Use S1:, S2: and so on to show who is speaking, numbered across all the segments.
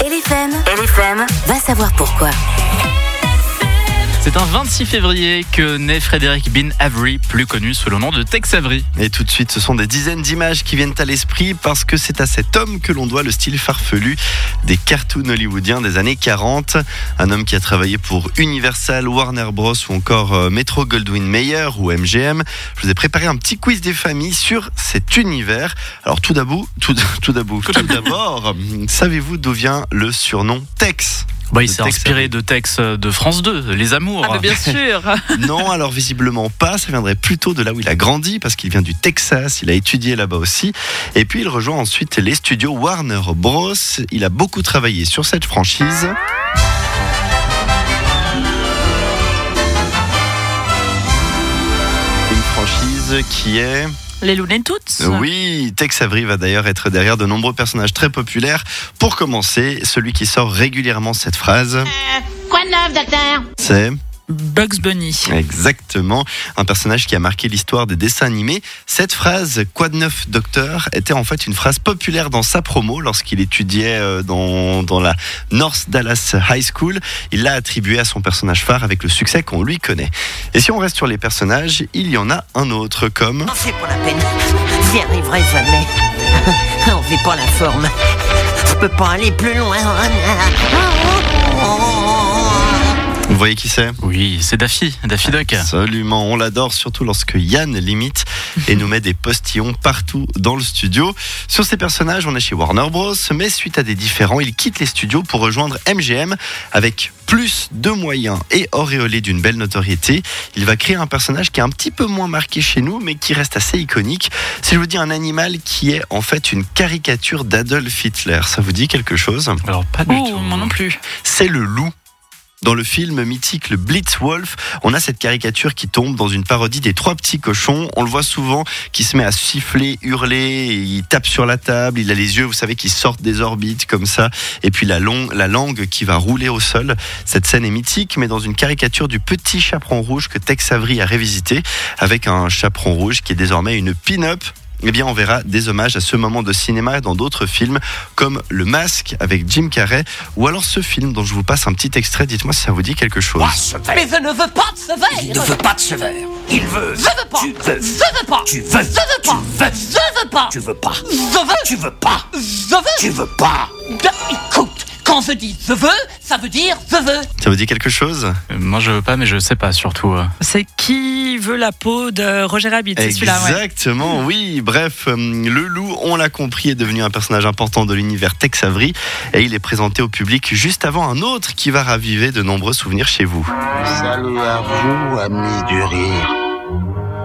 S1: LFM. LFM. Va savoir pourquoi.
S2: C'est un 26 février que naît Frédéric Bin Avery, plus connu sous le nom de Tex Avery.
S3: Et tout de suite, ce sont des dizaines d'images qui viennent à l'esprit parce que c'est à cet homme que l'on doit le style farfelu des cartoons hollywoodiens des années 40. Un homme qui a travaillé pour Universal, Warner Bros ou encore euh, Metro Goldwyn Mayer ou MGM. Je vous ai préparé un petit quiz des familles sur cet univers. Alors tout d'abord, tout, tout d'abord, tout d'abord, savez-vous d'où vient le surnom Tex
S2: Bah, il
S3: De
S2: s'est
S3: Tex
S2: inspiré de textes de France 2, Les Amours.
S4: Ah, mais bien sûr
S3: Non, alors visiblement pas. Ça viendrait plutôt de là où il a grandi, parce qu'il vient du Texas. Il a étudié là-bas aussi. Et puis il rejoint ensuite les studios Warner Bros. Il a beaucoup travaillé sur cette franchise. Une franchise qui est...
S4: Les Looney Tunes
S3: Euh, Oui, Tex Avery va d'ailleurs être derrière de nombreux personnages très populaires. Pour commencer, celui qui sort régulièrement cette phrase,
S5: Quoi de neuf, docteur
S3: c'est...
S4: Bugs Bunny.
S3: Exactement, un personnage qui a marqué l'histoire des dessins animés. Cette phrase "Quoi de neuf, docteur" était en fait une phrase populaire dans sa promo lorsqu'il étudiait euh, dans, dans la North Dallas High School. Il l'a attribué à son personnage phare avec le succès qu'on lui connaît. Et si on reste sur les personnages, il y en a un autre comme
S6: On fait pour la peine. J'y arriverai jamais. On fait pour la forme. Je peux pas aller plus loin. Oh,
S3: vous voyez qui c'est
S2: Oui, c'est Daffy, Daffy Duck.
S3: Absolument, on l'adore, surtout lorsque Yann l'imite et nous met des postillons partout dans le studio. Sur ces personnages, on est chez Warner Bros, mais suite à des différends, il quitte les studios pour rejoindre MGM avec plus de moyens et auréolé d'une belle notoriété. Il va créer un personnage qui est un petit peu moins marqué chez nous, mais qui reste assez iconique. Si je vous dis un animal qui est en fait une caricature d'Adolf Hitler, ça vous dit quelque chose
S2: Alors, pas du tout.
S4: Oh, moi non plus.
S3: c'est le loup. Dans le film mythique Le Blitzwolf, on a cette caricature qui tombe dans une parodie des trois petits cochons. On le voit souvent qui se met à siffler, hurler, et il tape sur la table, il a les yeux, vous savez, qui sortent des orbites comme ça, et puis la, long- la langue qui va rouler au sol. Cette scène est mythique, mais dans une caricature du petit chaperon rouge que Tex Avery a révisité, avec un chaperon rouge qui est désormais une pin-up. Eh bien, on verra des hommages à ce moment de cinéma dans d'autres films, comme Le Masque avec Jim Carrey, ou alors ce film dont je vous passe un petit extrait, dites-moi si ça vous dit quelque chose.
S6: Mais je ne veux pas de ce verre.
S7: Il ne veut pas de ce verre. Il veut.
S6: Je veux pas.
S7: Tu veux.
S6: Je veux pas.
S7: Tu veux.
S6: Je veux
S7: Tu
S6: pas.
S7: veux.
S6: Je veux pas.
S7: Tu veux pas.
S6: Je veux.
S7: Tu veux pas.
S6: Je veux.
S7: Tu veux pas.
S6: De- Écoute, quand je dis je veux, ça veut dire je veux.
S3: Ça vous dit quelque chose
S2: Euh, Moi, je veux pas, mais je sais pas surtout. euh.
S4: C'est qui veut la peau de Roger Rabbit C'est celui-là, ouais.
S3: Exactement, oui. Bref, euh, le loup, on l'a compris, est devenu un personnage important de l'univers Tex Avery et il est présenté au public juste avant un autre qui va raviver de nombreux souvenirs chez vous.
S8: Salut à vous, amis du rire.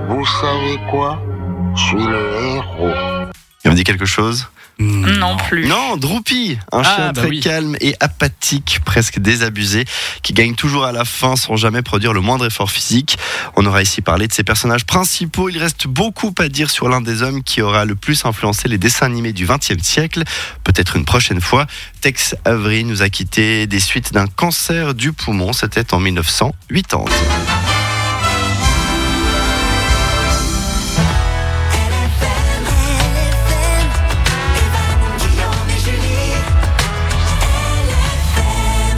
S8: Vous savez quoi Je suis le héros.
S3: Ça vous dit quelque chose
S4: Non plus.
S3: Non, Droopy,
S2: Ah,
S3: un chien
S2: bah
S3: très
S2: oui.
S3: calme et apathique, presque désabusé, qui gagne toujours à la fin sans jamais produire le moindre effort physique. On aura ici parlé de ses personnages principaux. Il reste beaucoup à dire sur l'un des hommes qui aura le plus influencé les dessins animés du XXe siècle. Peut-être une prochaine fois. Tex Avery nous a quitté des suites d'un cancer du poumon. C'était en 1980.